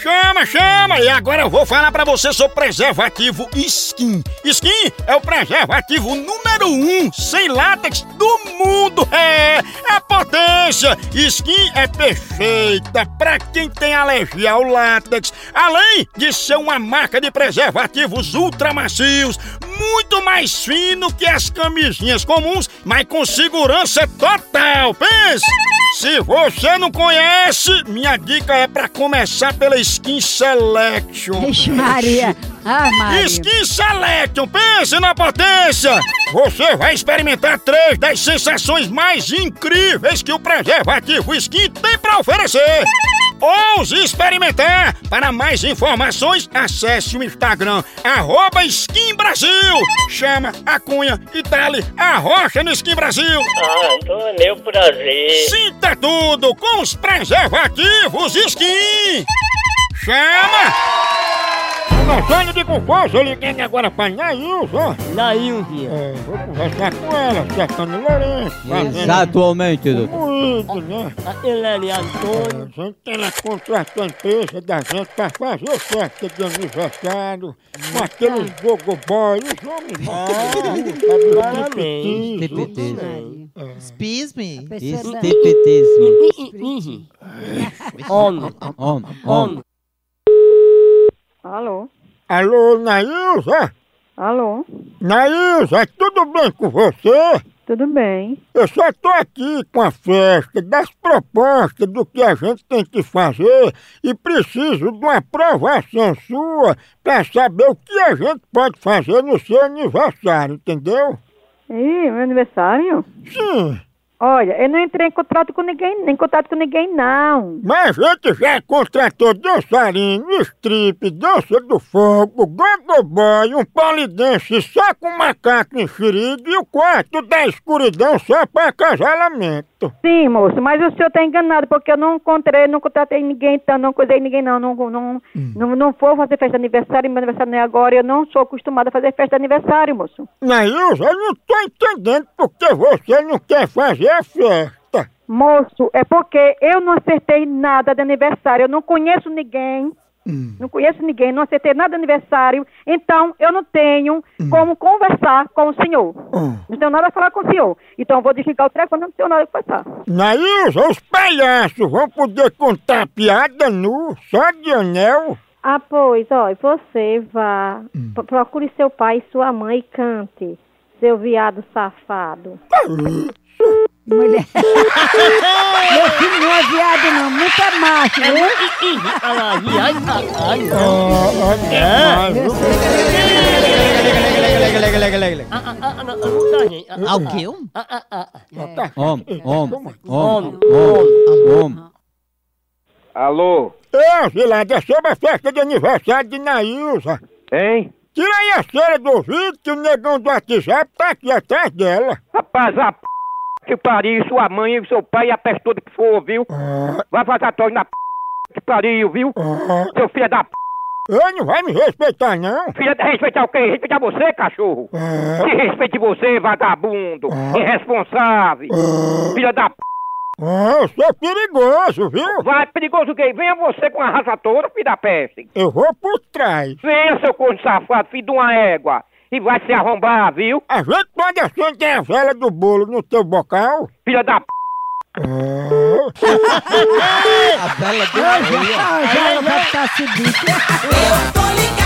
Chama, chama! E agora eu vou falar pra você sobre preservativo Skin. Skin é o preservativo número um sem látex do mundo. É, é potência. Skin é perfeita pra quem tem alergia ao látex. Além de ser uma marca de preservativos ultramacios, muito mais fino que as camisinhas comuns, mas com segurança total. Pense! Se você não conhece, minha dica é pra começar pela Skin Selection. Ixi, Maria! Ah, Maria! Skin Selection, pense na potência! Você vai experimentar três das sensações mais incríveis que o preservativo Skin tem pra oferecer. Ouse experimentar! Para mais informações, acesse o Instagram, arroba Skin Brasil. Chama, acunha e tele a rocha no Skin Brasil. Ah, do meu prazer. Sinta tudo com os preservativos Skin. Chama! Conversando de conforto, eu liguei agora pra Nailza. Nailvia. É, vou conversar com ela, que é a Tânia Lourenço. fazendo Exatamente, Tá doutor. moído, né? Ele ali, A Antônio. gente ela contratou a empresa da gente pra fazer festa de aniversário com aqueles gogoboy, os homens parabéns. mais Maria. Excuse me. Pessoa da- Estepetismo. Uhum. Homem. Homem, homem. Homem. Alô? Alô, Nailza? Alô? Nailza, é tudo bem com você? Tudo bem? Eu só tô aqui com a festa das propostas do que a gente tem que fazer e preciso de uma aprovação sua pra saber o que a gente pode fazer no seu aniversário, entendeu? Ih, meu aniversário? Sim. Olha, eu não entrei em contrato com ninguém, em contato com ninguém, não. Mas a gente já contratou dançarino, strip, dança do fogo, gogoboy, um polidense só com macaco enxerido e o quarto da escuridão só para acasalamento. Sim, moço, mas o senhor tá enganado, porque eu não encontrei, não contratei ninguém, então, não coisei ninguém, não. Não, não, não, não vou fazer festa de aniversário, meu aniversário não é agora, eu não sou acostumada a fazer festa de aniversário, moço. Nailza, eu não tô entendendo porque você não quer fazer a festa. Moço, é porque eu não acertei nada de aniversário, eu não conheço ninguém. Não conheço ninguém, não acertei nada de aniversário, então eu não tenho como conversar com o senhor. Não tenho nada a falar com o senhor. Então eu vou desligar o telefone, não tenho nada a conversar. Nailza, os palhaços vão poder contar piada nu, só de anel. Ah, pois, ó, e você vá, pro- procure seu pai e sua mãe e cante, seu viado safado. Mulher. Meu filho não é viado, não. Muito é macho, viu? Olha aí, ai, caralho. Ah, é ah, ah, não, não dá, gente. Ah, Ao que eu? ah, ah, ah, ah. tá. Homem, homem, homem, Homem. homem, homem. Alô? Eu, Gilada, é sobre a festa de aniversário de Nailza. Hein? Tira aí a cera do ouvido que o negão do WhatsApp tá aqui atrás dela. Rapaz, a p... que pariu, sua mãe, e seu pai e a peste toda que for, viu? Vai fazer a tosse na p... que pariu, viu? Seu filho da p... Eu não vai me respeitar, não. Filha de respeitar o quê? Respeitar você, cachorro? É, Que respeite você, vagabundo! Irresponsável! é, Filha da p... Ah, eu sou perigoso, viu? Vai, perigoso gay, venha você com a raça toda, filho da peste! Eu vou por trás. Venha, seu corno safado, filho de uma égua! E vai se arrombar, viu? A gente pode acender a vela do bolo no teu bocal? Filha da p... Ah. A bela do Ah, já ela vai estar subindo. Eu tô ligado.